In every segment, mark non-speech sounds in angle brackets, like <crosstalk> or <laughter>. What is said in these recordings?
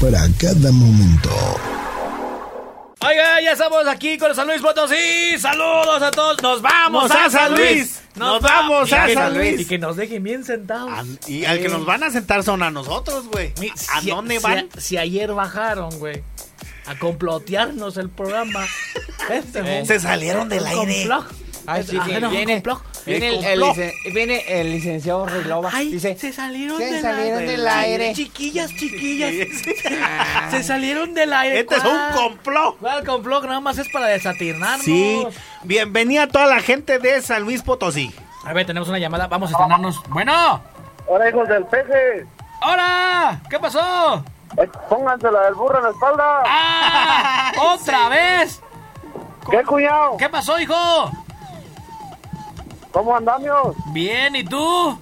para cada momento. Oiga, ya estamos aquí con San Luis Potosí. Saludos a todos. Nos vamos a San Luis. Nos vamos a que- San Luis. Y que nos dejen bien sentados. An- Ah, y al que Sí. nos van a sentar son a nosotros, güey. Pues, eh, Mi- ¿A si- dónde si- van? Si, ayer bajaron, güey. A complotearnos el <laughs> programa. Este, güey. Se salieron del Un aire. complot. Ay, sí, Ah, que no, un viene, complot. viene el, el complot. licen- Este, viene el licenciado Regloba. Ah, Ay, dice, se salieron, se del, salieron aire. del aire. Chiquillas, chiquillas. <laughs> se salieron del aire. Este es un ¿Cuál? complot. ¿Cuál complot? Nada más es para desatinarnos. Sí. Bienvenida a toda la gente de San Luis Potosí. A ver, tenemos una llamada. Vamos a estrenarnos. Bueno. Ahora, hijos del peje, ¡Hola! ¿Qué pasó? eh, pónganse la del burro en la espalda. <laughs> ¡Ah! ¡Otra vez! ¿Qué, cuñado? ¿Qué pasó, hijo? ¿Cómo andamos? Bien, ¿y tú?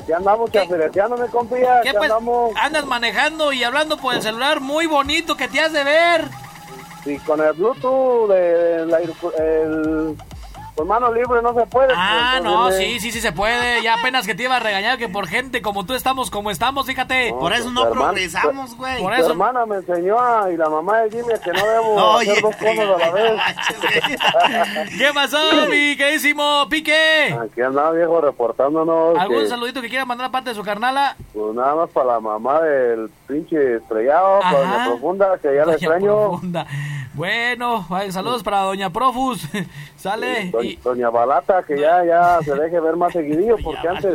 Aquí andamos chafireteándome, compilla. Aquí ¿Qué pues, andamos. andas manejando y hablando por el celular muy bonito que te has de ver? Y con el Bluetooth, de la ir- el- con mano libre no se puede. Ah, pues, no, entonces, sí, sí, sí se puede. Ya apenas que te iba a regañar que por gente como tú estamos como estamos, fíjate. Por eso no hermano. progresamos, güey. Por Mi eso. hermana me enseñó a- y la mamá de Jimmy que no <laughs> debo Oye. hacer dos cosas a la vez. ¿Qué pasó, mi queridísimo Pique? <laughs> Aquí andaba viejo reportándonos. ¿Algún que, saludito que quiera mandar aparte de su carnala? pues, nada más para la mamá del pinche estrellado, Ajá. para doña profunda, que ya la Doña extraño. Profunda. Bueno, ay, saludos para Doña Profus. <laughs> Sale. Doña, y- Doña Balata, que ya, ya se deje ver más <laughs> seguidillo, porque antes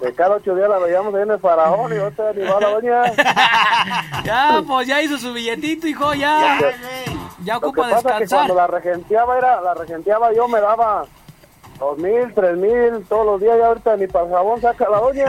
de cada ocho días la veíamos ahí en el faraón y ahorita ni va la <laughs> doña. ya, pues ya hizo su billetito, hijo, ya. Ya Lo que ocupa pasa es que descansar. cuando la regenteaba, era, la regenteaba yo me daba dos mil, tres mil todos los días y ahorita ni para el jabón saca la <laughs> doña.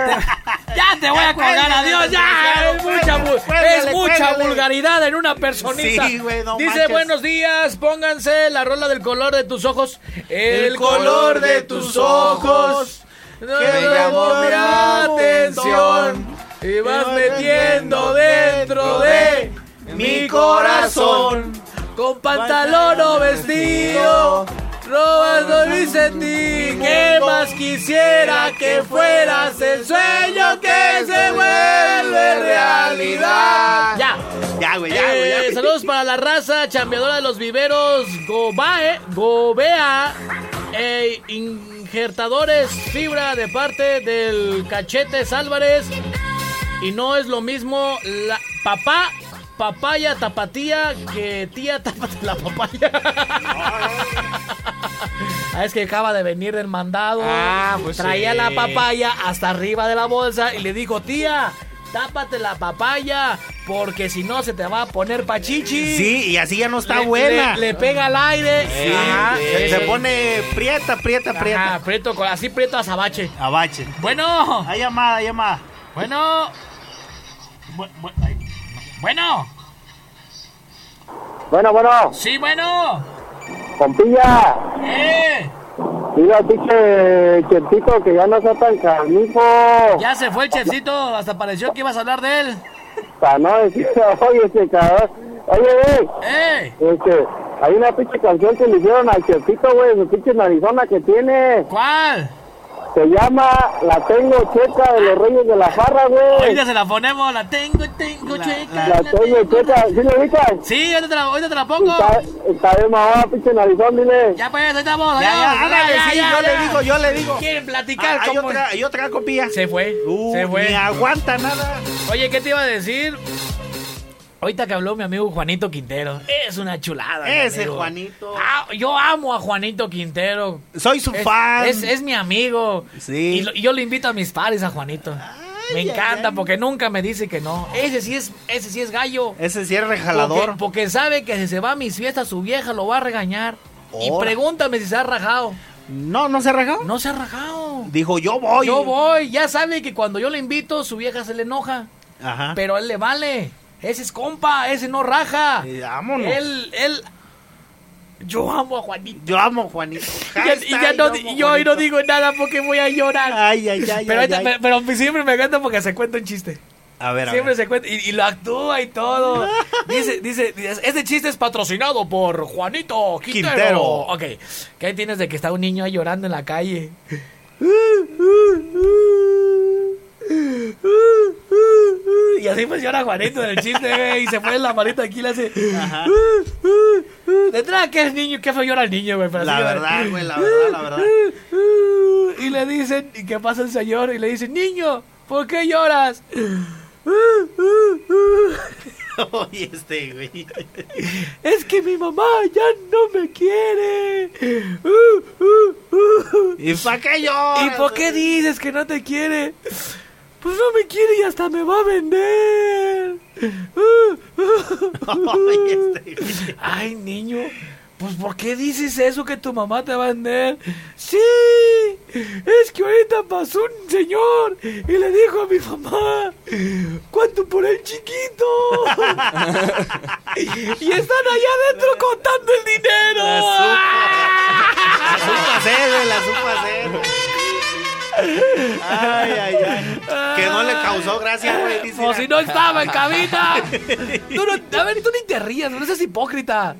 Ya te voy a colgar, cuélgale, adiós, ya. desgraciado, Es mucha, cuélgale, vul- cuélgale, es mucha cuélgale. vulgaridad en una personita. Sí, güey, no Dice, manches. buenos días, pónganse la rola del color de tus ojos. El, color de tus ojos que me llamó mi atención. Y vas vas metiendo metiendo dentro dentro de de mi mi corazón. Con pantalón o pantalón vestido, vestido, robando mis en ti. ¿Qué más quisiera que fueras el sueño que se vuelve realidad? Ya. Ya, güey, ya, güey. Eh, ya. saludos para la raza chambeadora de los viveros Gobae, Gobea e injertadores fibra de parte del Cachetes Álvarez. Y no es lo mismo la papá, papaya tapatía que tía tápate la papaya. Ah, es que acaba de venir del mandado. Ah, pues Traía sí. la papaya hasta arriba de la bolsa y le dijo, tía, tápate la papaya porque si no se te va a poner pachichi. Sí, y así ya no está Le- buena. Le, le pega al aire. Sí, Ajá. se- se Eh, pone prieta, prieta, ajá, prieta. prieto Ah, con- así prieto azabache. Abache. Bueno, Hay llamada, hay llamada. bueno. Bu- bu- ay, Bueno, Bueno, bueno, sí, bueno. compilla, Eh, diga al pinche chepito que ya no sea tan carnijo. ya se fue el chefcito. Hasta pareció que ibas a hablar de él. Para no decir, <laughs> oye, ese cabrón. Oye, güey. Eh, Este, hay una pinche canción que le hicieron al Chepito, güey, su pinche narizona que tiene. ¿cuál? Se llama La Tengo Checa de los Reyes de la Farra, güey. Ahorita se la ponemos, la tengo, tengo, checa. La Tengo Checa, ¿sí lo ubicas? Sí, ahorita te la, ahorita te la pongo. Está, está de mamá, pinche narizón, dile. Ya pues, ahí estamos. Ya, adiós, ya, ándale, ya, sí, ya, ya. yo le digo, yo le digo. Quieren platicar, Ah, Hay cómo- otra, hay otra copilla. Se fue, Uh, se fue. Ni aguanta nada. Oye, ¿qué te iba a decir? Ahorita que habló mi amigo Juanito Quintero. Es una chulada. mi Ese amigo. Juanito. Ah, yo amo a Juanito Quintero. Soy su Es, fan. es- es mi amigo. Sí. Y, lo- y yo le invito a mis pares a Juanito. me ay, encanta ay. porque nunca me dice que no. Ese sí es, ese sí es gallo. Ese sí es Porque, rejalador. porque sabe que si se va a mis fiestas, su vieja lo va a regañar. Y Ora. pregúntame si se ha rajado. No, no se rajó. No se ha rajado. Dijo, yo voy. Yo voy. Ya sabe que cuando yo le invito, su vieja se le enoja. Ajá. Pero a él le vale. Ese es compa, ese no raja. Y vámonos. Él, él. Yo amo a Juanito. Yo amo a Juanito. Y <laughs> ya, y ya Hashtag no, amo di- yo a hoy no Juanito. digo nada porque voy a llorar. Ay, ay, ay, pero, ay, ahorita- ay. pero- pero a mí siempre me encanta porque se cuenta un chiste. A ver, a Siempre ver. se cuenta y, y lo actúa y <laughs> todo. Dice, dice, dice, este chiste es patrocinado por Juanito Quintero. Quintero. Ok, ¿qué tienes de que está un niño ahí llorando en la calle? Y así pues llora Juanito del chiste, güey, y se pone la manita aquí y le hace... Ajá. Detrás, ¿qué es niño? ¿Qué fue llora el niño, güey? pero La así llora. verdad, güey, la verdad, la verdad. Y le dicen, ¿y qué pasa el señor? Y le dicen, niño, ¿por qué lloras? <laughs> Oye, este, <laughs> güey. Es que mi mamá ya no me quiere. ¿Y para qué yo? ¿Y por qué dices que no te quiere? Pues no me quiere y hasta me va a <laughs> vender. <laughs> Oye, este, güey. Ay, niño. Pues ¿por qué dices eso que tu mamá te va a vender? Sí, es que ahorita pasó un señor y le dijo a mi mamá, ¿cuánto por el chiquito? <laughs> <laughs> y están allá adentro contando el dinero. ¡Ah! La supo. La supo hacer, güey, la supo hacer. güey. Ay, ay, ay. Que no le causó gracia, güey. dice, Como si no estaba en cabina. Tú no- a ver, tú ni te rías, no seas hipócrita.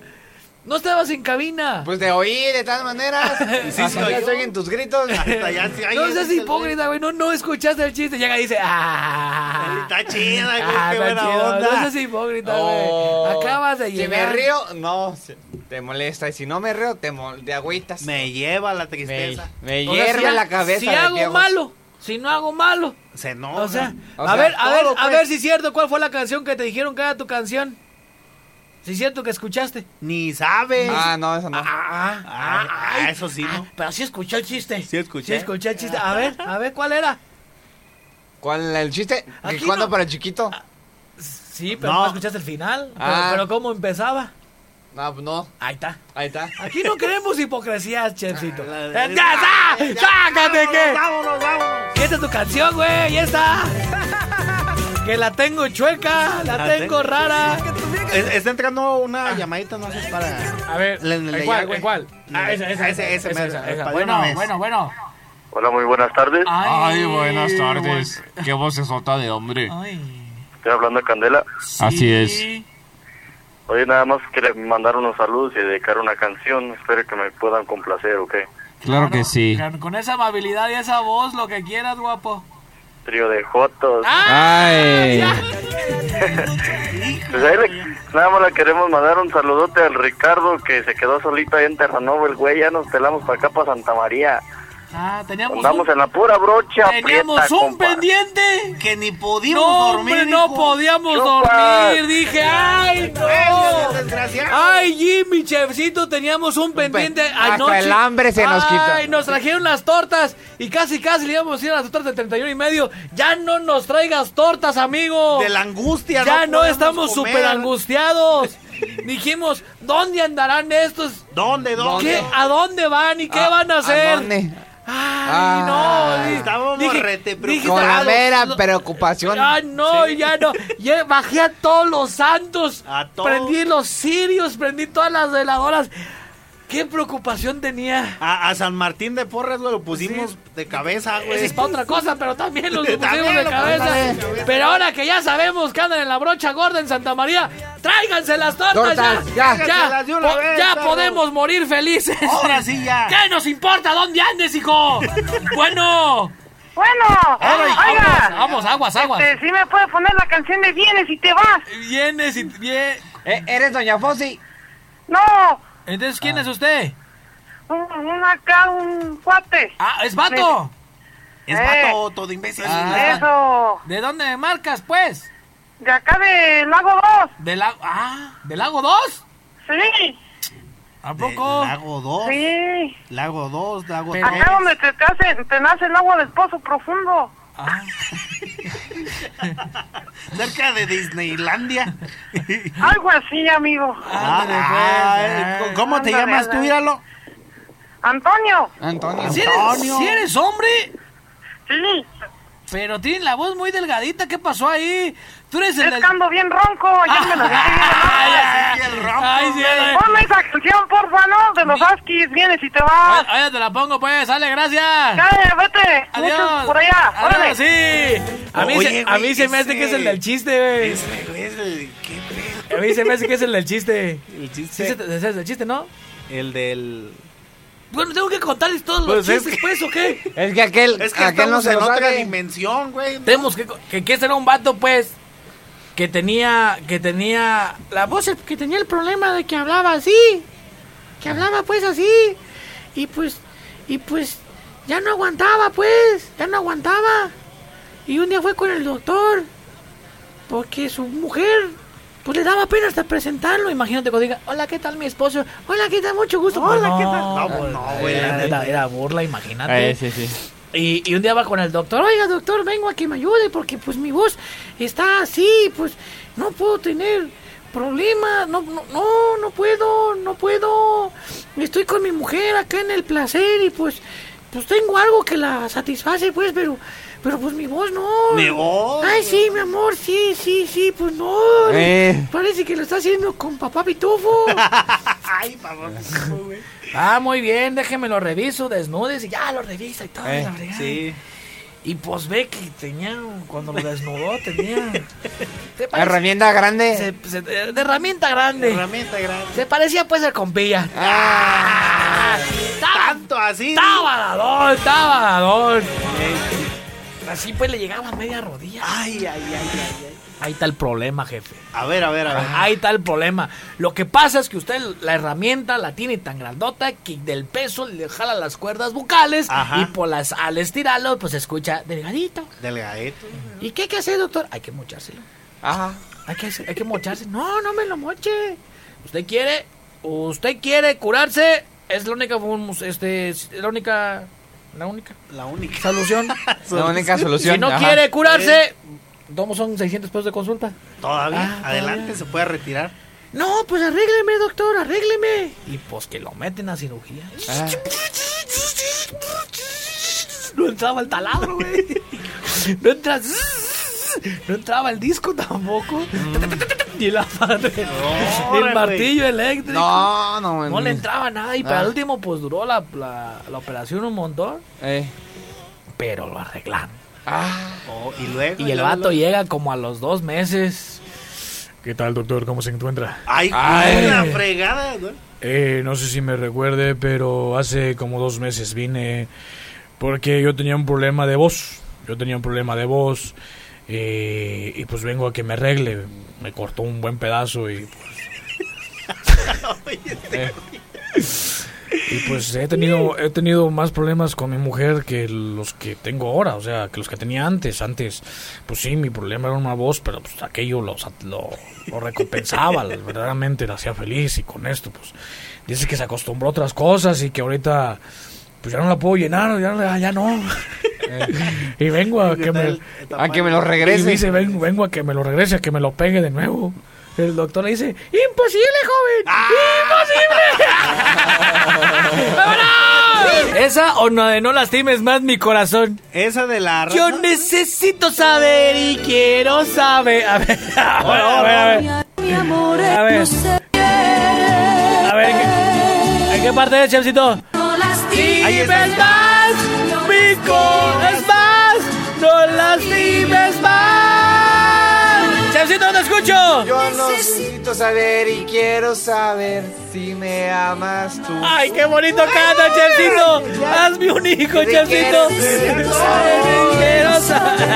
No estabas en cabina. Pues te oí de todas <laughs> maneras. sí, Sí, sí, sí, oí. ya se oyen tus gritos. hasta ya se- ay, no este, seas güey. hipócrita, güey. No, no escuchaste el chiste. Llega y dice. ¡Ah! Está chida, güey. Ah, qué está buena chido. onda. No seas hipócrita, güey. Oh. Acabas de Si llegar. me río, no, se- te molesta. Y si no me río, te, mol- te agüitas. Me lleva la me, tristeza. me O sea, hierve ha- la cabeza. Si de hago viejos. malo, si no hago malo. Se enoja. O sea, O sea, a ver, a todo, ver, a pues. ver si es cierto. ¿Cuál fue la canción que te dijeron que era tu canción? Si es cierto que escuchaste. ni sabes. Ah, no, eso no. pues, Ah, Ah, ah, eso sí, ¿no? Pero sí escuché el chiste. Sí escuché. Sí escuché el chiste. A ver, a ver, ¿cuál era? ¿Cuál el chiste? Aquí ¿Y ¿Cuándo no. Ah. para el chiquito? Sí, pero No. no, escuchaste el final. Pero- Ah. Pero, ¿cómo empezaba? No, pues no. Ahí está. Ahí está. Aquí no queremos hipocresías, Chefcito. La- Eh, ya, ya, ¡Sácate que! Vámonos, vámonos. Esta es tu canción, güey, ya está. Que la tengo chueca, la, La tengo tengo- rara. Es- está entrando una llamadita, no sé, para... A ver, La- la- ¿en ya, cuál? eh. güey. ¿En cuál? Ah, La- ese, ese, me- pa- de Bueno, una vez. bueno, bueno. Hola, muy buenas tardes. Ah. Ay, buenas tardes. Qué voz sota de hombre. Estoy hablando a Candela. Así es. Oye, nada más quería mandar unos saludos y dedicar una canción. Espero que me puedan complacer, ¿ok? Claro que sí. Con, con esa amabilidad y esa voz, lo que quieras, guapo. Trío de Jotos. Ah, Ay. <laughs> Pues ahí le- nada más le queremos mandar un saludote al Ricardo que se quedó solito ahí en Terranova, el güey. Ya nos pelamos para acá, para Santa María. Ah, teníamos Andamos un, en la pura brocha. teníamos aprieta, un compa. pendiente. Que ni pudimos No, dormir, hombre, no hijo. podíamos Chupas. dormir. Dije, ay, Venga, no. desgraciado. Ay, Jimmy, chefcito, teníamos un pendiente hasta anoche. el hambre se nos quitó. Ay, nos trajeron las tortas y casi, casi le íbamos a ir a las tortas de 31 y medio. Ya no nos traigas tortas, amigo. De la angustia. ya no, podemos estamos comer. súper angustiados. Dijimos, ¿dónde andarán estos? ¿Dónde, dónde? ¿Qué? ¿A dónde van y qué Ah, van a hacer? ¿A dónde? Ay, Ah. no. di- "Ah, Estábamos rete Con la Claro, mera lo- preocupación. ya no, ya no. Ya bajé a todos los santos. A todos. Prendí los sirios, prendí todas las veladoras. ¿Qué preocupación tenía? A, a San Martín de Porres güey, lo pusimos de cabeza, Esa güey. es para otra cosa, pero también <laughs> los Ah, pues. También pusimos de lo cabeza. pusimos de cabeza. Pero ahora que ya sabemos que andan en la brocha gorda en Santa María, tráiganse las tortas, Tortas, ya. Ya, ya. Tráiganselas de una po- vez, Oh, ya cabrón. podemos morir felices. Ahora sí ya. ¿Qué nos importa dónde andes, hijo? bueno, Bueno, vamos, oiga, eh, vamos, aguas, Este, aguas. si me puede poner la canción de Vienes y te vas. Vienes y bien. Eh, ¿Eres doña Fossi? No, Entonces, ¿quién Ah. es usted? un, un acá, un cuate. Ah, es vato. Es Eh. vato, todo imbécil. Ah. Eso. Este. ¿De dónde me marcas, pues? de acá del Lago 2. ¿Del lago? Ah, ¿del lago 2? Sí, ¿A De poco? Lago 2, sí. Lago 2, Lago Pero- 3. Acá donde te, te hace- te nace el agua del pozo profundo. Ah, Cerca de <laughs> Disneylandia. Algo así, amigo. ándale, Ah, pues, ay, ¿Cómo te Ándale, llamas tú, ándale. Íralo? Antonio, Ah. Antonio. Eh, Si eres, Antonio. si eres hombre, sí. pero tienes la voz muy delgadita. ¿Qué pasó ahí? Tú eres el... Es del- Ah, que ando bien ronco. Ya me <laughs> lo Ay, sí, el ay, ronco, ay, sí, ay. Ponme esa canción, porfa, ¿no? De los Di- Askis, vienes y te Ay, vas. ay, te la pongo, pues. Sale, gracias. Cállate, vete. Adiós. Muchos por allá. Órale. Adiós, sí. A mí, Oye, se, a güey, mí se me hace ese- que es el del chiste, güey. Ese, güey, es el- ¿Qué pedo? A mí se me hace que es el del chiste. El Sí, chiste. se te- ese es el chiste, ¿no? El del. Bueno, tengo que contarles todos los Pues es chistes, que- pues, ¿o qué? Es que aquel, Es que aquel no estamos se en lo otra sabe. dimensión, güey. Tenemos que... Que, que ese era un vato, pues, que tenía... Que tenía... La voz... que tenía el problema de que hablaba así, que hablaba pues así, y pues, y pues, ya no aguantaba pues, ya no aguantaba. Y un día fue con el doctor, porque su mujer, pues le daba pena hasta presentarlo. Imagínate cuando diga, hola, ¿qué tal mi esposo? Hola, ¿qué tal? Mucho gusto. Hola, ¿qué tal? No, pues no, güey. la Era, neta. era- era burla, imagínate. Eh, sí, sí. Y, y un día va con el doctor. Doctor, oiga, doctor, vengo a que me ayude porque pues mi voz está así, pues no puedo tener problemas, no, no, no, no puedo, no puedo. Estoy con mi mujer acá en el placer y pues, pues tengo algo que la satisface, pues, pero, pero pues mi voz no. Mi voz. Ay, sí, mi amor, sí, sí, sí, pues no. Eh. Parece que lo está haciendo con papá <laughs> pitufo. Ay, pavón. güey. Ah, muy bien, déjeme lo reviso, desnudes y ya lo revisa y todo. Eh, la fregada. Sí. Y pues ve que tenía, cuando lo desnudó, tenía. se parecía- Herramienta grande. se- se- de herramienta grande. Herramienta grande. se parecía pues al compilla. Ah. Estaba Tanto así. estaba dadón, estaba dadón. Así pues le llegaba a media rodilla. Ay, ay, ay, ay, ay. Ahí está el problema, jefe. A ver, a ver, a ver. Ahí está el problema. Lo que pasa es que usted la herramienta la tiene tan grandota que del peso le jala las cuerdas bucales Ajá. y por las al estirarlo pues se escucha delgadito. Delgadito. ¿Y qué hay que hacer, doctor? Hay que mochárselo. Ajá. Hay que, hacer- hay que mocharse. No, no me lo moche. Usted quiere, usted quiere curarse. Es la única, fun- este, es la única, la única La única. <laughs> solución. La única solución. si no ajá. quiere Eh. curarse, ¿cómo son 600 pesos de consulta? Todavía. Ah, Adelante, se puede retirar. No, pues arrégleme, doctor, arrégleme. Y pues que lo meten a cirugía. Ah. No entraba el taladro, güey. No entra- No entraba el disco tampoco. Mm. Ni la madre. Ni el güey. martillo eléctrico. No, no, No le entraba nada y Ah. para el último pues duró la, la- la operación un montón, Eh. pero lo arreglaron. Ah. Oh, y luego. Y el luego, vato luego. llega como a los dos meses. ¿Qué tal doctor? ¿Cómo se encuentra? Ay, Ay. la fregada, ¿no? Eh, no sé si me recuerde, pero hace como dos meses vine porque yo tenía un problema de voz. Yo tenía un problema de voz y, pues vengo a que me arregle. Me cortó un buen pedazo y Y pues he tenido, he tenido más problemas con mi mujer que los que tengo ahora, o sea, que los que tenía antes. Antes, pues sí, mi problema era una voz, pero pues aquello lo, lo, lo recompensaba, <laughs> la- verdaderamente la hacía feliz y con esto, pues dice que se acostumbró a otras cosas y que ahorita, pues ya no la puedo llenar, ya, ya no. <laughs> y vengo a que me... A que me lo regrese. Y dice, vengo, vengo a que me lo regrese, a que me lo pegue de nuevo. El doctor le dice, imposible, joven. ¡Imposible! <laughs> ¡Vámonos! Esa o no, de no lastimes más mi corazón. Esa de la raza. Yo necesito saber y quiero saber. A ver, <laughs> a ver, a ver. A ver. A ver, ¿en qué- ¿en qué parte es, Chefcito? Ahí está. lastimes más, mi es más, no lastimes más. Chefcito, no te escucho. Yo necesito saber y quiero saber si me amas tú. Ay, qué bonito canta, Chefcito. Hazme un hijo, Chefcito. <laughs> Quiero saber.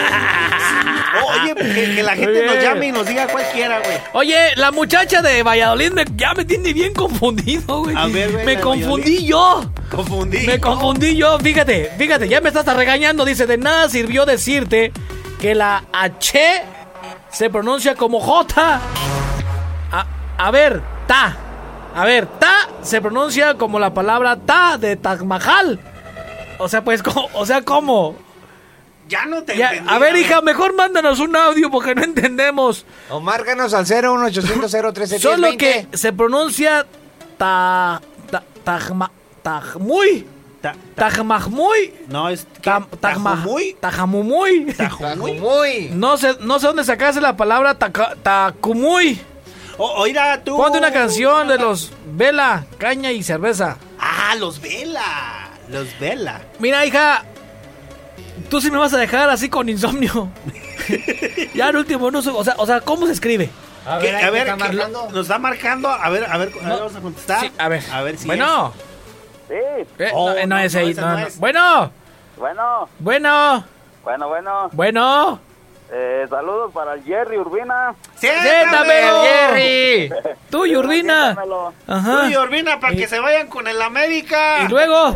Oye, que, que la gente Oye. nos llame y nos diga cualquiera, güey. Oye, la muchacha de Valladolid me- ya me tiene bien confundido, güey. A ver, güey, Me la confundí yo. Confundí. Me confundí yo, fíjate, fíjate, ya me estás regañando. Dice, de nada sirvió decirte que la H se pronuncia como J. A, a ver, ta. A ver, ta se pronuncia como la palabra ta de Taj Mahal. O sea, pues, <laughs> co- o sea, ¿cómo? Ya no te Ya, entendí. a ver, hija, mejor mándanos un audio porque no entendemos. O márcanos al 01800 013 Solo que se pronuncia ta, ta, tajma, tajmuy, Ta- tajmajmuy, No, es... tam- tajma- ¿Tajumuy? tajamumuy. ¿Tajumuy? Muy. No sé, no sé dónde sacaste la palabra taca- tacumuy. O- Oiga, tú... Ponte una canción de los Vela, Caña y Cerveza. Ah, los Vela. Los Vela. Mira, hija, tú sí me vas a dejar así con <laughs> insomnio. ya el último, no sé, o sea, o sea, ¿cómo se escribe? A ¿Qué? ver, A ahí ver, está ¿qué? marcando. nos está marcando. A ver, a ver, a ver, vamos a contestar. Sí, a ver. Ah, A ver si Bueno. Sí, Eh, Oh, no, eh, no no, es no, ahí. esa no, no no. es. Bueno, bueno, bueno, bueno, bueno. bueno. Eh, saludos para el Jerry Urbina. es. ¡Siéntamelo! Jerry! Tú y <laughs> Urbina. Siéntamelo. Ajá. Tú y Urbina, para que se vayan con el América. Y luego,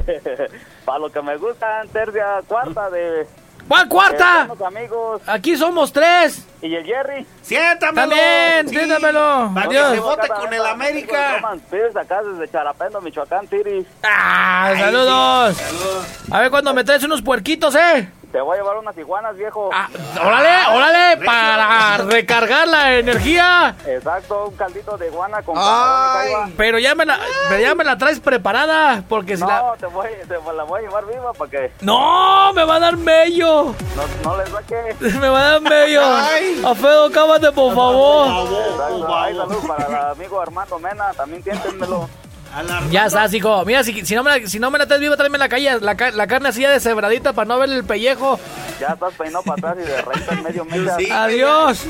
Para lo que me gustan, tercia, cuarta de... ¿cuál Eh, de cuarta? buenos amigos. Aquí somos tres. Y el Jerry. ¡Siéntamelo! También, siéntamelo. Para Adiós. que se vote Cada con vez el más amigos América. toman Tiris acá desde Charapendo, Michoacán, Tiris. Ah, Ahí sí. saludos. Saludos. A ver cuando me traes unos puerquitos, ¿eh? Te voy a llevar unas iguanas, Oh. viejo. Ah, órale, órale, para recargar la energía. Exacto, un caldito de iguana con Ay. camarón y caigua. Pero ya me la, pero ya me la traes preparada, porque si No, la... te voy, te la voy a llevar viva para que ¡No! ¡Me va a dar mello! <laughs> no, no les saque. ¡Me va a dar mello! Ay. ¡Afedo, cámate, por favor! Vamos, Exacto. Ay, vamos. salud para el amigo Armando Mena, también tiéntenmelo. A la Ya estás, hijo. Mira, si, si no me la, si no me la traes viva, tráeme la, calle, la, ca- la carne así ya deshebradita para no ver el pellejo. Ya estás peinado para atrás y de renta en medio media. Sí. Adiós.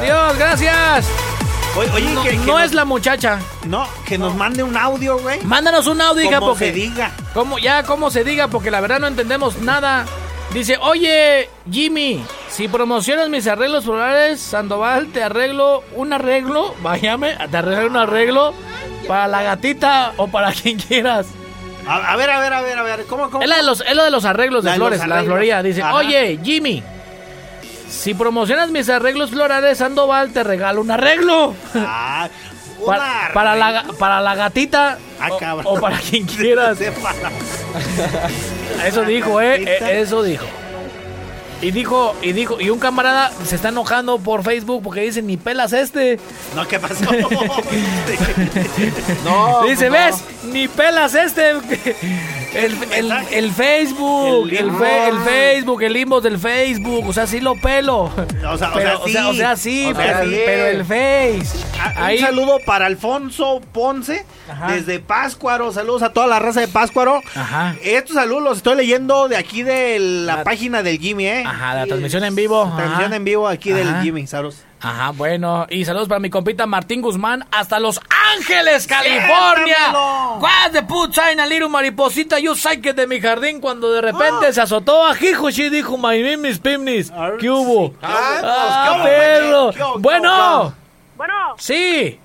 Adiós, gracias. Oye, oye, No, que, que no nos- es la muchacha. No, que nos mande un audio, güey. Mándanos un audio, hija, Como se porque... diga. Como, ya, como se diga, porque la verdad no entendemos nada. Dice, oye, Jimmy, si promocionas mis arreglos florales, Sandoval, te arreglo un arreglo, <laughs> váyame, te arreglo un arreglo para la gatita o para quien quieras. A, a ver, a ver, a ver, a ver. ¿Cómo, cómo? Es la de los, es la de los arreglos de La de los flores, la arreglos. floría. Dice, Ajá. oye, Jimmy, si promocionas mis arreglos florales, Sandoval, te regalo un arreglo. Ah, una Para, para la, ga- para la gatita Ah, o- cabrón. o para quien <laughs> quieras. Sepa. Eso dijo, eh, eh, eso dijo. Y dijo, y dijo, y un camarada se está enojando por Facebook porque dice, ni pelas este. No, ¿qué <laughs> pasó? <laughs> No. pues dice, Oh, no. ¿ves? Ni pelas este. El, el- el Facebook, El el, fe- el Facebook, el inbox del Facebook. O sea, sí lo pelo. O sea, o sea, <laughs> Pero, O sea, sí. o sea, sí, O sea, pero, sí. pero el Face. Ah, Ahí, Un saludo para Alfonso Ponce Ajá. desde Páscuaro. Saludos a toda la raza de Páscuaro. Ajá. Estos saludos los estoy leyendo de aquí de la, La- página del Jimmy, ¿eh? Ajá, la transmisión en vivo. ajá. Transmisión en vivo aquí Ajá. del Jimmy, saludos. Ajá, bueno. Y saludos para mi compita Martín Guzmán hasta Los Ángeles, California. Siéntamelo. What the put a little mariposita you que de mi jardín cuando de repente Ah. se azotó a Hijushi dijo my name is Pimnis. Ar- ¿Qué hubo? ¿qué Ah, hubo, perro. mané? ¿Qué hubo, Bueno, Bueno, sí.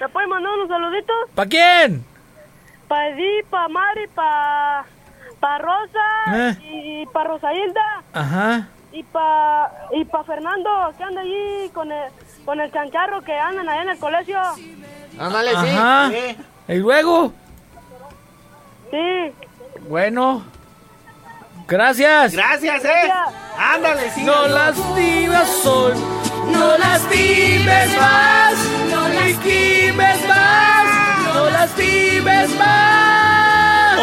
¿se puede mandar unos saluditos? ¿Para quién? Pa' Edith, pa' Mari, pa... Pa' Eh. Rosa, y pa' Rosailda, Ajá. y pa... Y pa' Fernando, que anda allí con el... Con el chancharro que andan allá en el colegio. Ándale, Ajá. sí. ¿Y luego? Sí. Bueno. Gracias. Gracias, ¿eh? Ándale, sí. No lastimas sol, no lastimes más, no lastimes más, no lastimes O pues- más.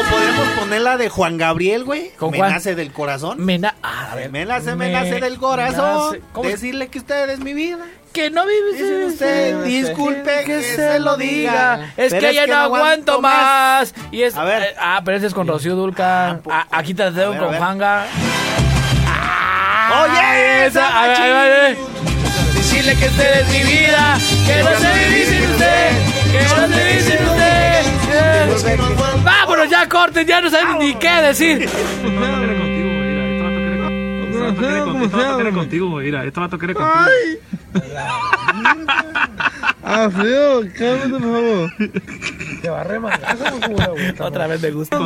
podemos poner la de Juan Gabriel, güey. ¿Con me cuál? nace del corazón. Me, na- ah, a ver, Me nace, me, nace del corazón. nace- ¿Cómo es? Decirle que usted es mi vida. Que no vives Dice usted, disculpe que se lo diga. Es pero que ya no aguanto más. Y es, A ver. eh, ah, pero ese es con Rocío Dulca. Ah, pues, Ah, aquí te la a tengo ver, a con ver. Juanga. Oye, esa. Ah, a ver, a ver, a ver. Decirle que usted es mi vida, que no se vive sin usted, que no se vive sin usted. Eh. Vámonos ya, corten, ya no saben ni qué decir. Otra vez me gusta.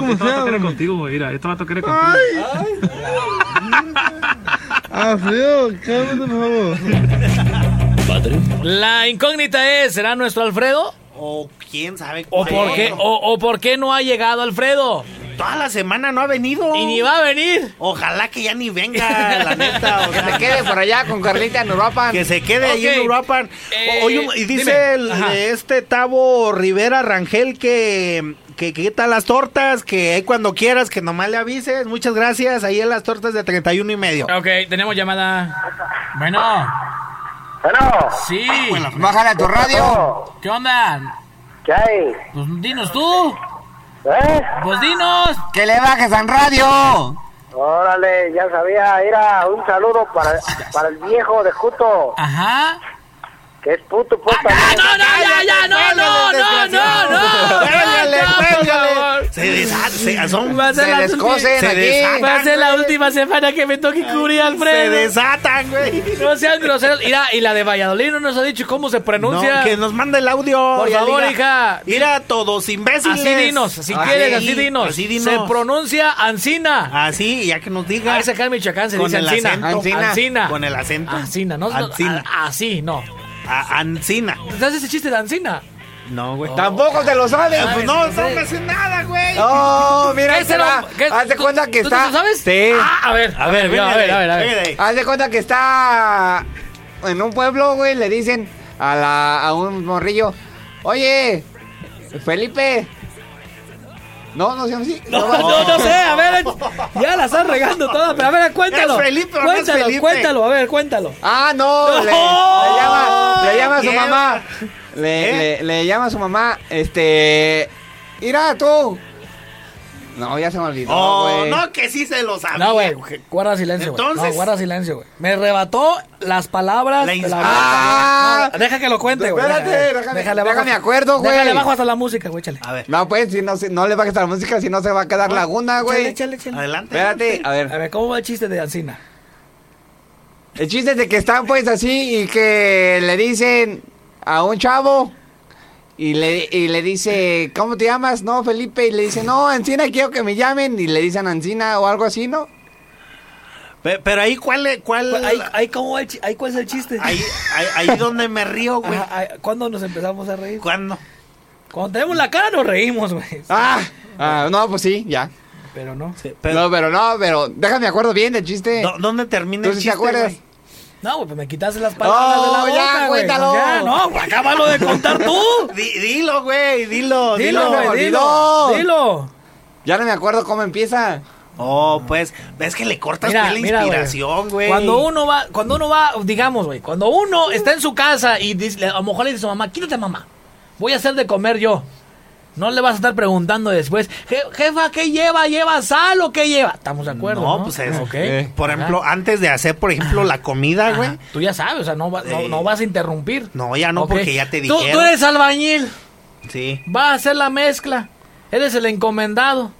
madre. La incógnita es, ¿será nuestro Alfredo? O quién sabe ¿O por qué, o, o por qué no ha llegado Alfredo? Toda la semana no ha venido. Y ni va a venir. Ojalá que ya ni venga, la neta. o pues Que sea, se quede por allá con Carlita en Uruapan. Que se quede ahí en Ok. Uruapan. Eh, Oye, y dime. dice el, Ajá. eh, este Tavo Rivera Rangel que que quita las tortas, que ahí cuando quieras, que nomás le avises. Muchas gracias. Ahí en las tortas de 31 y medio. Ok, tenemos llamada. Bueno, Bueno, sí. pues, Bájale a tu radio. oh, ¿Qué onda? ¿qué hay? Pues dinos tú. ¿Eh? Pues dinos. Que le bajes a radio. Órale, ya sabía, era un saludo para, para el viejo de Juto, Ajá. que es puto, pues ¡Ah, también. no, no, ya, ya! ¡No, no, no, no, no! Cuélgale, ¡No, por cuélgale. favor! Se desa- se- son- Va a ser Se la descosen Se aquí. desatan, Va a ser la última semana que me toque cubrir a Se Alfredo. desatan, güey. No sean groseros. Mira, y la de Valladolid no nos ha dicho cómo se pronuncia. No, que nos manda el audio. Por ya favor, diga. hija. Ir a todos imbéciles. Así dinos, si quieres, así dinos. Así Se dinos. pronuncia Ancina. Así, ya que nos diga. Ah, es acá en Michoacán se Con dice el Ancina. acento. Ancina. Ah, Ancina. Con el acento. Ancina, no, no, Ancina. a- así, no. A- Ancina. ¿Te haces ese chiste de Ancina? No, güey. Tampoco te lo sabes. Pues no, no me hace nada, güey. Ah, No, mira, ¿Qué ahí te será? va. ¿Qué- Haz de tú- cuenta que tú te está. lo sabes? Sí. Ah, a ver, a ver, a ver, a ver, Ah, a ver. Haz de cuenta que está en un pueblo, güey, le dicen a, la, a un morrillo, oye, Felipe. No, no sé así. No, no, no sé, a ver, ya la están regando toda, pero a ver, cuéntalo. Es Felipe, ¿o no es cuéntalo, Felipe? cuéntalo, a ver, cuéntalo. Ah, no, No. Le, le llama, le llama a su ¿Qué? mamá. Le, ¿Eh? le- le llama a su mamá, este. Mira tú. No, ya se me olvidó. Oh, güey. no, que sí se lo Ah, sabía. No, güey, guarda silencio, güey. Entonces- No, guarda silencio, güey. Me arrebató las palabras La de ins- la boca, Ah. güey. No, Deja que lo cuente, güey. Espérate, déjame- déjame acuerdo, güey. Déjale bajo hasta la música, güey, échale. A ver, No, pues, si no, se- no le bajes a la música, si no se va a quedar laguna, Échale, güey. échale, échale. adelante. Espérate, a ver. A ver, ¿cómo va el chiste de Ancina? El chiste es de que están pues así y que le dicen a un chavo y le, y le dice, ¿cómo te llamas? No, Felipe. Y le dice, no, Ancina, quiero que me llamen. Y le dicen Ancina o algo así, ¿no? Pe- Pero ahí, ¿cuál? es- cuál Ahí, ahí, ¿cómo va el chi- ahí, ¿cuál es el chiste? ahí, ahí, ahí donde me río, güey. Ajá, ahí- ¿Cuándo nos empezamos a reír? ¿Cuándo? Cuando tenemos la cara nos reímos, güey. Ah, ah, no, pues sí, ya. Pero no. Pero- no, pero no, pero déjame acuerdo bien del chiste. ¿Dó- ¿Dónde termina ¿Tú el sí te chiste, acuerdas? güey? No, güey, pues me quitaste las palabras Oh, de la boca, ya, güey. cuéntalo. Pues Ya, no, güey, acábalo de contar tú. Di- dilo, güey, dilo, Dilo, dilo. güey, dilo. olvidó. Dilo. Ya no me acuerdo cómo empieza. Oh, pues, ves que le cortas tú la mira, inspiración, güey. Cuando uno va, cuando uno va, digamos, güey, cuando uno está en su casa y dice- a lo mejor le dice a su mamá, quítate mamá, voy a hacer de comer yo. No le vas a estar preguntando después, "Je- jefa, ¿qué lleva? ¿Lleva sal o qué lleva? Estamos de acuerdo. No, No, pues es. Ok. eh, Por Ajá. ejemplo, antes de hacer, por ejemplo, la comida, Ajá. güey. Tú ya sabes, o sea, no, va- no- Eh. no vas a interrumpir. No, ya no, Ok. porque ya te Tú- dijeron. tú eres albañil. Sí. Vas a hacer la mezcla. Eres el encomendado.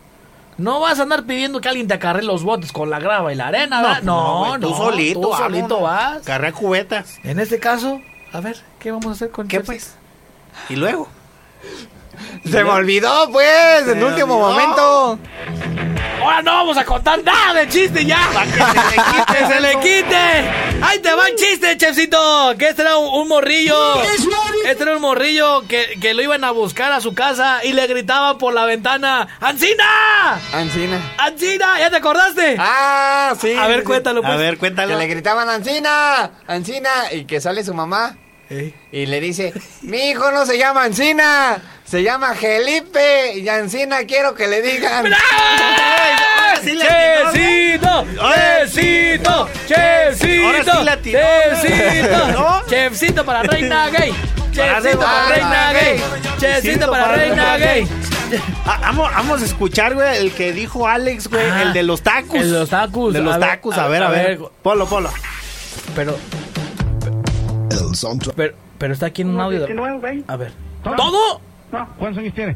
No vas a andar pidiendo que alguien te acarre los botes con la grava y la arena, ¿verdad? No, no, güey, tú solito, Tú solito vámonos. vas. Carrea cubetas. En este caso, a ver, ¿qué vamos a hacer con ¿Qué Chelsea? pues? Y luego. Se me olvidó, pues, en Se último olvidó. momento. Ahora no vamos a contar nada de chiste ya. <laughs> que ¡Que se le quite! ¡Ahí te va el chiste, chefcito! Que este era un, un morrillo. Este era un morrillo que, que lo iban a buscar a su casa y le gritaban por la ventana: ¡Ancina! Ancina. ¡Ancina! ¿Ya te acordaste? Ah, sí. a ver, sí, sí. cuéntalo, pues. A ver, cuéntalo. Que le gritaban Ancina, Ancina, y que sale su mamá y le dice, mi hijo no se llama Ancina, se llama Felipe, y Ancina quiero que le digan. Ahora Ah, sí le atinó, Chefcito, Ahora- chefcito, chefcito, Ahora sí le atinó, chefcito, <laughs> ¿no? chefcito para Reina Gay, Para chefcito para Reina Reina Gay, Gay. chefcito para Reina Gay. Ah, vamos, vamos a escuchar, güey, el que dijo Alex, güey, Ah, el de los tacos. el de los tacos, De a los ver, tacos, a ver, a ver. Polo, polo. Pero, El soundtrack. pero, pero está aquí en un audio. de- A ver. ¿Todo? No, ¿cuántos años tiene?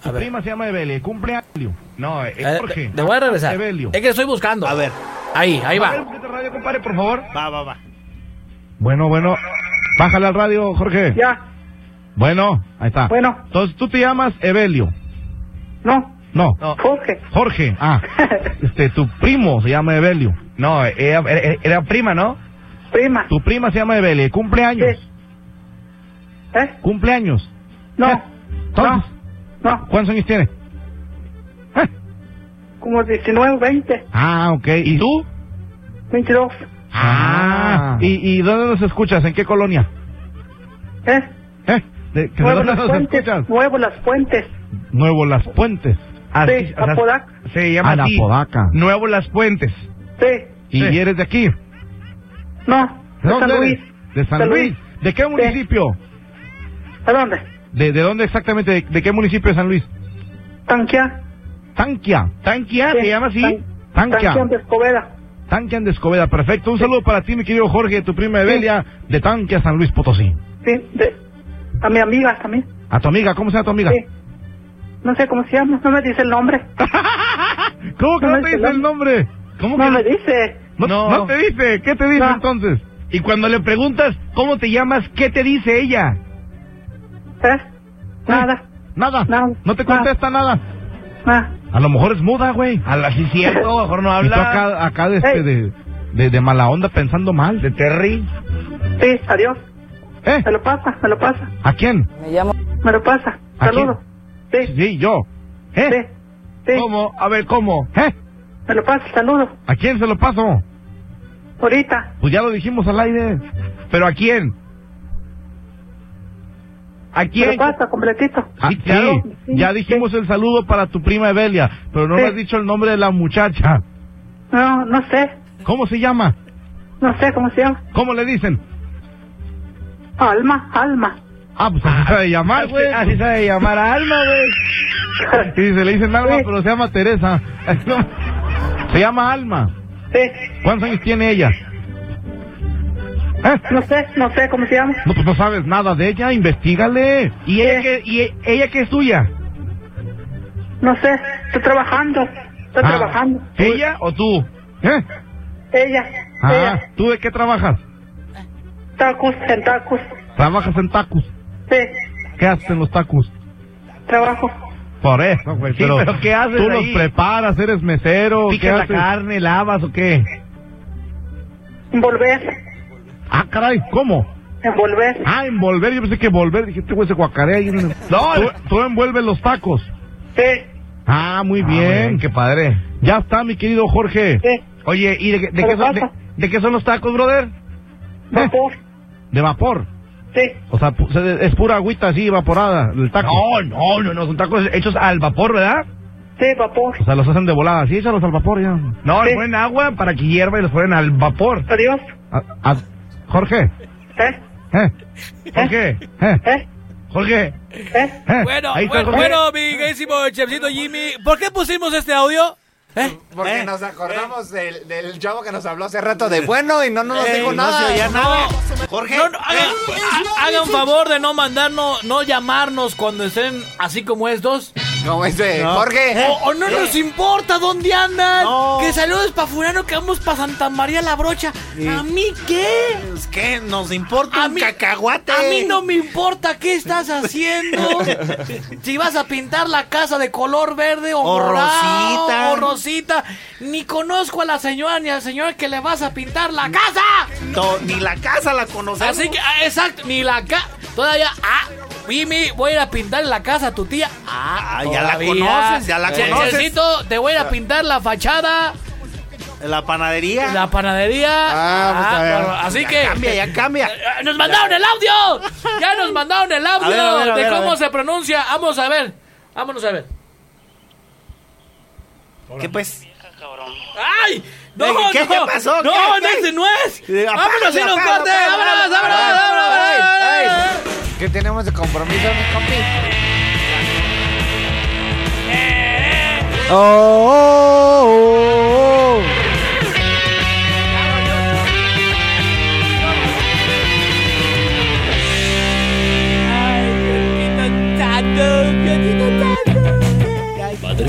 A Su ver. prima se llama Evelio, cumple años. No, es Eh, Jorge. Ah, te- te voy a regresar. Evelio. Es que estoy buscando. A ver. Ahí, ahí A ver, va. poquito de radio, compadre, por favor. Va, va, va. Bueno, bueno. Bájale al radio, Jorge. Ya, Bueno, ahí está. Bueno. Entonces, tú te llamas Evelio. no, No. Jorge. Jorge, ah. Este, tu primo se llama Evelio. No, era, era- era prima, ¿no? Prima. Tu prima se llama Evelio, cumple años. Sí. ¿Cumpleaños? No. No. ¿Cuántos años tiene? Como 19, 20, Ah, ok. ¿Y tú? 22. Ah. ¿Y, y dónde nos escuchas? ¿En qué colonia? ¿Eh? ¿Eh? ¿De, de Nuevo dónde Las nos Fuentes. escuchas? Nuevo Las Fuentes. Nuevo Las Puentes. Así- sí, o sea, Apodaca. Se llama así. Anapodaca. Nuevo Las Puentes. Sí. ¿Y Sí. eres de aquí? No. ¿De dónde San Luis. eres? ¿De San, San Luis. Luis. ¿De qué municipio? ¿A dónde? ¿De, de dónde exactamente? ¿De, de qué municipio de San Luis? Tanquia. Tanquia. Tanquia, Sí, ¿se llama así? Tan- Tanquia. Tanquián de Escobeda. Tanquian de Escobeda, perfecto. Un saludo para ti, mi querido Jorge, tu prima Evelia, de Tanquia, San Luis Potosí. Sí, de, a mi amiga también. A tu amiga, ¿cómo se llama tu amiga? Sí. No sé cómo se llama, no me dice el nombre. <laughs> ¿Cómo que no, este te dice el nombre? ¿Cómo que no me dice? No, no te dice, ¿qué te dice No. entonces? Y cuando le preguntas cómo te llamas, ¿qué te dice ella? ¿Eh? ¿Eh? Nada. Nada. No te contesta nada. Nada. A lo mejor es muda, güey. A la sí cierto, a lo mejor no habla. <laughs> Y tú acá, acá de, este, Ey. de, de- de mala onda pensando mal. De Terry. Sí, adiós. ¿Eh? Me lo pasa, me lo pasa. ¿A quién? Me llamo. Me lo pasa. ¿A Saludos. Sí. yo. ¿Eh? ¿Cómo? A ver, ¿cómo? ¿Eh? Me lo pasa, saludos. ¿A quién se lo paso? Ahorita. Pues ya lo dijimos al aire. ¿Pero a quién? ¿A quién? Me lo pasa completito. Ah, sí, ya dijimos el saludo para tu prima Evelia, pero no Sí. me has dicho el nombre de la muchacha. No, no sé. ¿Cómo se llama? No sé cómo se llama. ¿Cómo le dicen? Alma, alma. Ah, pues así sabe llamar, güey. Así sabe llamar a Alma, güey. Y se le dicen Alma, pero se llama Teresa. <laughs> No. Se llama Alma. ¿Cuántos años tiene ella? ¿Eh? No sé, no sé cómo se llama. No, pues no sabes nada de ella, investigale. ¿Y ella que, y e, ella que es tuya? No sé, estoy trabajando. Estoy Ah. trabajando. ¿Ella o tú? ¿Eh? Ella. Ah, Ella. ¿tú de qué trabajas? Tacos, en tacos. Trabajas en tacos. Sí, ¿Qué haces en los tacos? trabajo. Por eso, güey. Sí, pero ¿qué haces ¿Tú ahí? los preparas? ¿Eres mesero? Picas la carne, lavas o qué? Envolver. Ah, caray, ¿cómo? Envolver. Ah, envolver. Yo pensé que volver. Dije, este güey se guacarea. ahí en el- ¿Tú, tú envuelves los tacos? Sí. Ah, muy bien. Qué padre. Ya está, mi querido Jorge. Oye, ¿y de, qué- de Pero qué son, de, pasa. de qué son los tacos, brother? ¿Eh? Vapor. ¿De vapor? Sí. O sea, pu- se- es pura agüita así evaporada, el taco. No, no, no, no, son tacos hechos al vapor, ¿verdad? Sí, vapor. O sea, los hacen de volada, sí, échalos al vapor ya. No, le ponen agua para que hierva y los ponen al vapor. Adiós. A- a- Jorge. ¿Eh? ¿Eh? Jorge. ¿Eh? Jorge. ¿Eh? Bueno, Ahí está bueno, Jorge. bueno, mi queridísimo chefcito Jimmy, ¿por qué pusimos este audio? ¿Eh? Porque nos acordamos del, del chavo que nos habló hace rato de bueno y no nos dijo nada. Jorge. haga, Eh, ha- haga un favor de no mandarnos, no llamarnos cuando estén así como estos. Como este, No. Eh. Jorge. Eh, O, o no nos importa dónde andan. Que saludos para Furano, que vamos para Santa María la Brocha. ¿A mí qué? ¿Qué? Nos importa un cacahuate. A mí no me importa qué estás <laughs> haciendo. si vas a pintar la casa de color verde o, O morado, rosita. o rosita. Ni conozco a la señora ni al señor que le vas a pintar Mm. la casa. No, ni la casa la conocemos. Así que, ah, exacto, ni la casa. Todavía, ah, Mimi, voy a ir a pintar la casa a tu tía. Ah, Ah, ya la todavía. Eh, conoces, ya la Che, conoces. Chefcito, te voy a ir a pintar la fachada. La panadería. La panadería. Ah, pues, a ver. bueno, así Ya que. cambia, ya cambia. <laughs> Eh, ¡Nos mandaron el audio! ¡Ya nos mandaron el audio A ver, a ver, a de ver, a cómo ver. se pronuncia! Vamos a ver. Vámonos a ver. ¿Qué pues? ¡Ay! ¡No, ¿Qué- no! qué pasó? ¡No, ¿Qué? no, ¿Qué? ese no es! Eh, apágalo, ¡Vámonos, ir a un apágalo, corte! apágalo, ¡Vámonos, apágalo, vámonos, vámonos! vámonos! ¿Qué tenemos de compromiso, mi compi? Oh, oh, oh, ¿Padre?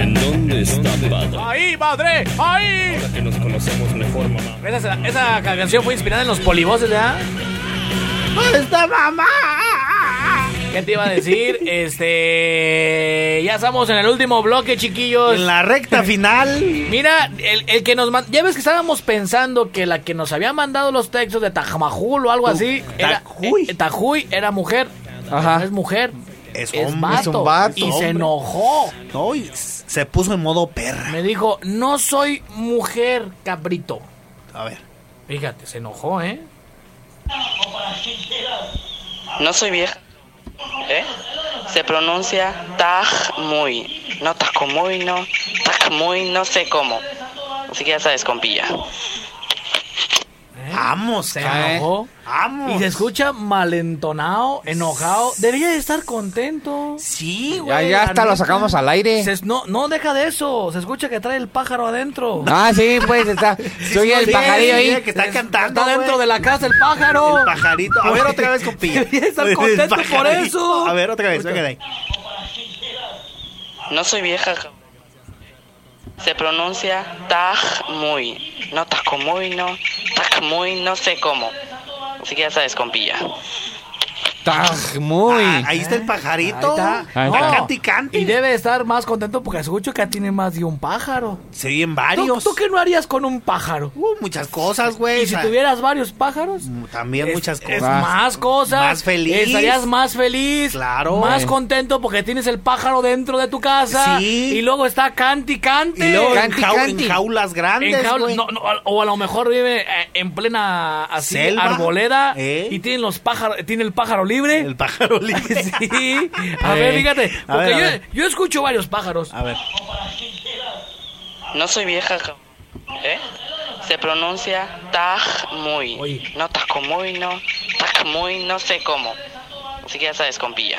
¿En dónde está padre? ¡Ahí, madre! ¡Ahí! Ahora que nos conocemos mejor, mamá. Esa, esa canción fue inspirada en los polivoces, ¿verdad? ¿Dónde está mamá? ¿Qué te iba a decir? Este. Ya estamos en el último bloque, chiquillos. En la recta final. Mira, el, el que nos mandó. Ya ves que estábamos pensando que la que nos había mandado los textos de Tajamajul o algo así. Era, eh, Tajuy era mujer. Ajá. es mujer. Es, Es hombre, es vato. un vato. Y se hombre. enojó. No, y s- se puso en modo perra. Me dijo, no soy mujer, cabrito. A ver. Fíjate, se enojó, ¿eh? No soy vieja. ¿Eh? Se pronuncia taj muy. No taco muy, no. Taj muy, no sé cómo. Así que ya sabes, compilla. Vamos, eh. se cae. enojó. Vamos. Y se escucha malentonado, enojado. Debería de estar contento. Sí, Ya, ya hasta lo sacamos al aire. no, no deja de eso. Se escucha que trae el pájaro adentro. Ah, sí, pues está. Soy el sí, pajarillo sí, ahí. que está cantando. Está dentro de la casa el pájaro. El pajarito. A ver, <laughs> otra vez, compilla. Debería estar El contento por pajarito. eso. A ver, otra vez, venga de ahí. No soy vieja. cabrón. Se pronuncia taj muy. No taco muy, no. Taj muy, no sé cómo. Así que ya sabes, compilla. Taj, muy. Ah, Ahí está el pajarito. Ahí está. Está No. canti, canti. Y debe estar más contento porque escucho que ya tiene más de un pájaro. Se oyen ¿Tú, varios. Uh, tú qué no harías con un pájaro? muchas cosas, güey. ¿Y si O sea, tuvieras varios pájaros? También muchas cosas. Es más cosas. Más feliz. Estarías más feliz. Claro. Más Sí. contento porque tienes el pájaro dentro de tu casa. Sí. Y luego está Canti Canti. Y luego en jau- en jaulas grandes, güey. o a lo mejor vive eh, en plena así, Selva. arboleda. Eh. Y tiene los pájaros, tiene el pájaro libre. El pájaro <laughs> libre. sí. <laughs> A Eh. ver, fíjate. A Porque ver, a yo, ver. Ah. yo escucho varios pájaros. A ver. No soy vieja. cabrón. ¿Eh? Se pronuncia taj muy. No taco muy, no. Taj muy, no sé cómo. Así que ya sabes, compilla.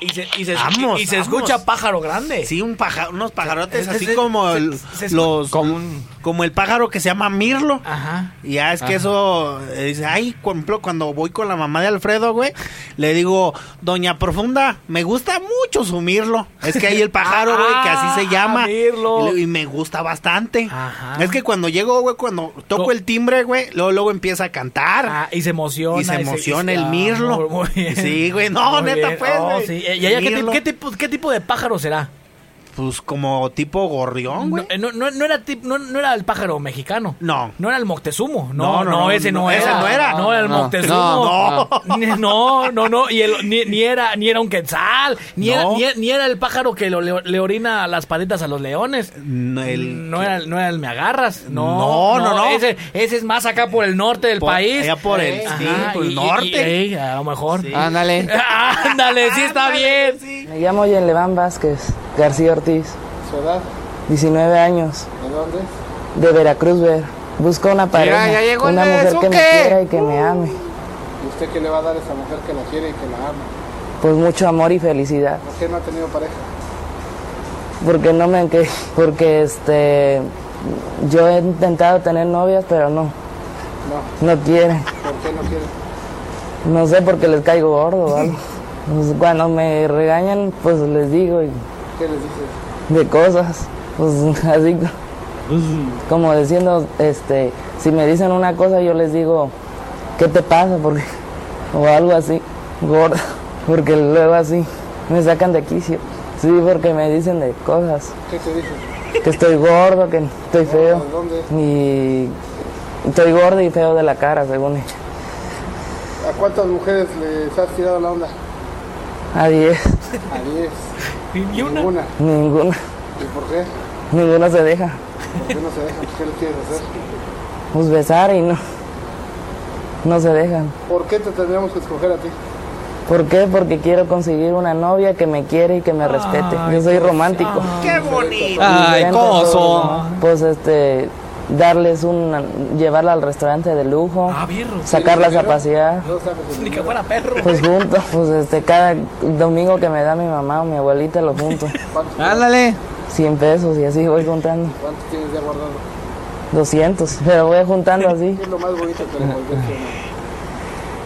Y, y se, y se- Vamos, y se vamos. escucha pájaro grande. Sí, un paja- unos pajarotes Se- así se- como se- el- se- se- los como, el pájaro que se llama Mirlo. Ajá. Y ya es que Ajá. eso eh, dice, ay, por ejemplo, cuando voy con la mamá de Alfredo, güey, le digo, "Doña Profunda, me gusta mucho su Mirlo." Es que hay <laughs> el pájaro, güey, que así se llama. Ah, Mirlo. Y le- Y, me gusta bastante. Es que cuando llego, güey, cuando toco el timbre, güey, luego luego empieza a cantar. Ah, y se emociona. Y se emociona el ah, mirlo. Muy, muy bien. Sí, güey, no, Muy neta, bien. pues, Oh, güey. sí. Eh, y allá, ¿qué, Mirlo. ti- qué tipo, qué tipo de pájaro será? Pues como tipo gorrión, No, güey. eh, no, no- no era tip- no, no era el pájaro mexicano. No. No era el Moctezumo. No, No, no, no, no, ese no, no, era. ese no era. No era el No, Moctezumo. no, Ni- no, no, no, Y el- ni, ni era, ni era un quetzal. Ni, era, No. ni, ni era el pájaro que lo- le, le orina las paletas a los leones. No, el- No era, el- no era el me agarras. No, No, no, no. Ese, ese es más acá por el norte del Por- país. allá por el- Eh, sí, ajá, por el y- y- norte. y- eh. ey, a lo mejor. Ah, Ándale. Eh, Ándale, sí está bien. Me llamo Yenleván Vázquez García Ortiz, ¿Su edad? 19 años, ¿De dónde? de Veracruz Ver. Busco una pareja, ya llegó el una mujer que me besuque. quiera y que me ame. ¿Y usted qué le va a dar a esa mujer que la quiere y que la ama? Pues mucho amor y felicidad, ¿Por qué no ha tenido pareja? porque no me han que- porque este yo he intentado tener novias, pero no, No. no quieren. ¿Por qué no quiere? No sé porque les caigo gordo, o algo. Pues cuando me regañan, pues les digo y- ¿Qué les dice? de cosas, pues <laughs> así como diciendo, este, si me dicen una cosa yo les digo, ¿qué te pasa? Porque, o algo así, gorda, <laughs> porque luego así me sacan de quicio. Sí, porque me dicen de cosas, ¿Qué te dice? que estoy gordo, que estoy feo, ¿Dónde? y estoy gordo y feo de la cara, según ella. ¿A cuántas mujeres les has tirado la onda? A 10, A diez. ¿Y Ninguna. ninguna, ¿Y por qué? ninguna se deja, ¿Por qué no se dejan? ¿Qué le quieres hacer? pues besar y no, no se dejan. ¿Por qué te tendríamos que escoger a ti? ¿Por qué? Porque quiero conseguir una novia que me quiere y que me respete. Yo soy romántico. ¡Qué bonito! Y intento, Pues este, darles un, llevarla al restaurante de lujo, Ah, sacarlas a pasear, Ni que fuera perro. pues juntos, pues este, cada domingo que me da mi mamá o mi abuelita lo junto. Ándale. 100 pesos y así voy juntando. ¿Cuánto tienes ya guardado? 200, pero voy juntando así. ¿Qué es lo más bonito que le encontraste?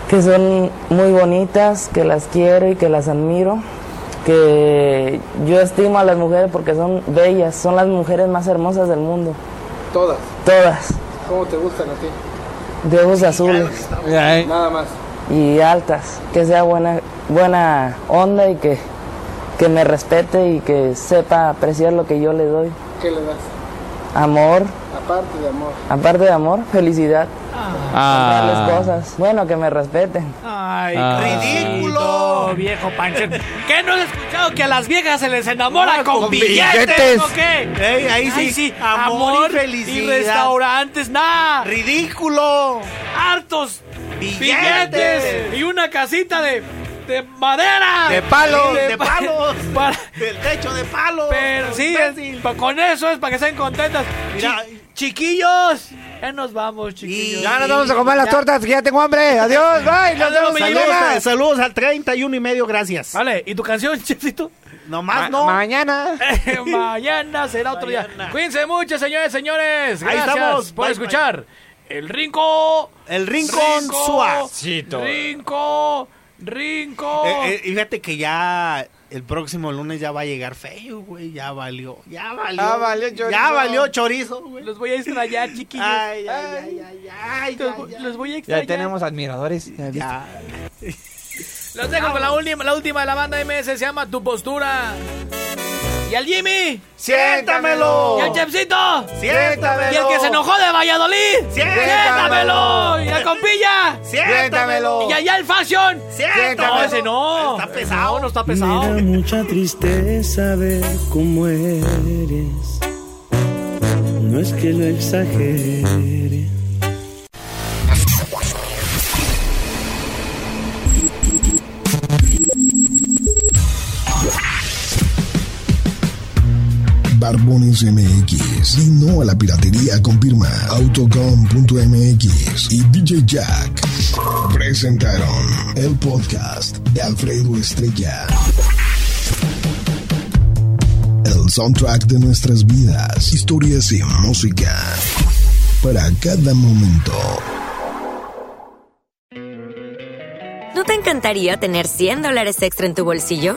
que son muy bonitas, que las quiero y que las admiro, que yo estimo a las mujeres porque son bellas, son las mujeres más hermosas del mundo, Todas. todas, ¿Cómo te gustan a ti? de ojos azules Nada más. y altas, que sea buena buena onda y que, que me respete y que sepa apreciar lo que yo le doy. ¿Qué le das? Amor, Aparte de amor. aparte de amor, felicidad. Ah. Darles cosas. Bueno, que me respeten. Ay, Ah. ridículo, viejo panchón. ¿Qué no has escuchado que a las viejas se les enamora con, Ah, con billetes, billetes. o qué? Ey, ahí Ay, sí, amor y Y felicidad. restaurantes, nada. Ridículo. Hartos billetes. y una casita de de madera. De palos, Y de palos. <laughs> Para, Del techo de palo. pero sí, es- pa- con eso es para que estén contentas. Mira. Chi- chiquillos, ya nos vamos, chiquillos. Ya nos vamos a comer las tortas, que ya tengo hambre. Adiós, bye. Nos vemos mañana. Saludos, saludos al 31 y medio, gracias. Vale, ¿y tu canción, <laughs> Chefcito? Nomás Ma- Ah, no. Mañana. Eh, <laughs> Mañana será otro día. Cuídense mucho, señores, señores. Ahí Gracias estamos. por Bye, escuchar. El Rinco. El Rincón Rinco, Suavecito. Rinco. Rinco. Eh, eh, fíjate que ya el próximo lunes ya va a llegar feo, güey. Ya valió. Ya valió. Ya valió chorizo. Ya valió chorizo. Los voy a extrañar, chiquillos. Ay, ay, ay, ay, los, vo- los voy a Ya extrañar. tenemos admiradores. Ya. viste. Los dejo con la última, la última de la banda MS. Se llama Tu Postura. Y al Jimmy. ¡Siéntamelo! Y al Chepsito. ¡Siéntamelo! Y el que se enojó de Valladolid. ¡Siéntamelo! Y la compilla. ¡Siéntamelo! Y allá el Fashion. ¡Siéntamelo! No, ese no. Está pesado. No, no está pesado. Me da mucha tristeza ver cómo eres. No es que lo exagere. Barbones MX. Y no a la piratería con firma autocom.mx y DJ Jack presentaron el podcast de Alfredo Estrella. El soundtrack de nuestras vidas, historias y música para cada momento. ¿No te encantaría tener 100 dólares extra en tu bolsillo?